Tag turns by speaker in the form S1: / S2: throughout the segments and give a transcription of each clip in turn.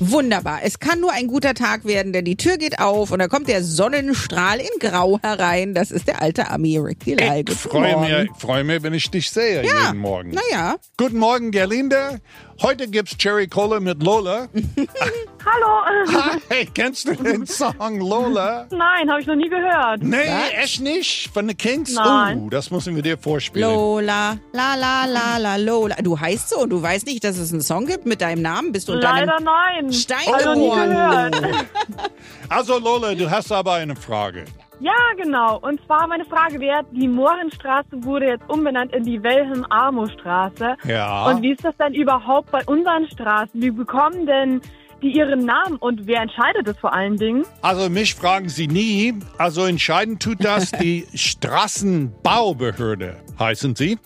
S1: Wunderbar. Es kann nur ein guter Tag werden, denn die Tür geht auf und da kommt der Sonnenstrahl in Grau herein. Das ist der alte Ami Rick Delay.
S2: Ich freue mich, freu mich, wenn ich dich sehe
S1: Ja.
S2: jeden Morgen.
S1: Naja.
S2: Guten Morgen, Gerlinde. Heute gibt's Cherry Cola mit Lola.
S3: Hallo.
S2: Hi, kennst du den Song Lola?
S3: Nein, habe ich noch nie gehört.
S2: Nee, echt nicht. Von den Kings?
S3: Nein.
S2: Oh, das müssen wir dir vorspielen.
S1: Lola, la la la la Lola. Du heißt so und du weißt nicht, dass es einen Song gibt mit deinem Namen. Bist du unter
S3: Leider
S1: einem
S3: nein.
S1: Stein
S3: Also nie
S1: geboren.
S3: gehört.
S2: Also Lola, du hast aber eine Frage.
S3: Ja, genau. Und zwar meine Frage wäre, die Mohrenstraße wurde jetzt umbenannt in die Wilhelm-Armo-Straße.
S2: Ja.
S3: Und wie ist das denn überhaupt bei unseren Straßen? Wie bekommen denn die ihren Namen und wer entscheidet es vor allen Dingen?
S2: Also mich fragen Sie nie. Also entscheiden tut das die Straßenbaubehörde, heißen sie.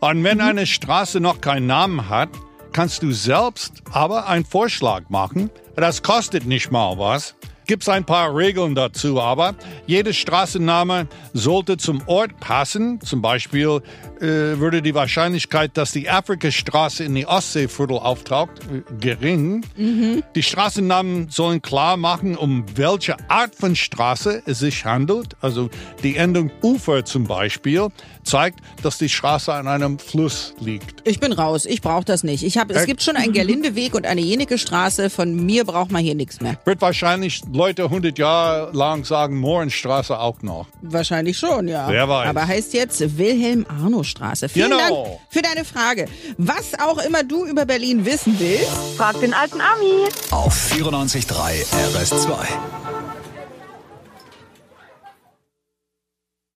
S2: Und wenn eine Straße noch keinen Namen hat, kannst du selbst aber einen Vorschlag machen. Das kostet nicht mal was. Gibt's ein paar Regeln dazu, aber jede Straßenname sollte zum Ort passen. Zum Beispiel äh, würde die Wahrscheinlichkeit, dass die Afrikastraße in die Ostseeviertel auftaucht, äh, gering. Die Straßennamen sollen klar machen, um welche Art von Straße es sich handelt. Also die Endung Ufer zum Beispiel zeigt, dass die Straße an einem Fluss liegt.
S1: Ich bin raus. Ich brauche das nicht. Ich hab, es
S2: Äh.
S1: gibt schon einen Gerlindeweg und eine Jeneke Straße. Von mir braucht man hier nichts mehr.
S2: Wird wahrscheinlich Leute 100 Jahre lang sagen, Mohrenstraße auch noch.
S1: Wahrscheinlich schon, ja.
S2: Wer weiß.
S1: Aber heißt jetzt Wilhelm-Arno-Straße. Vielen
S2: Genau.
S1: Dank für deine Frage. Was auch immer du über Berlin wissen willst.
S3: Frag den alten Ami.
S4: Auf 94.3 RS2.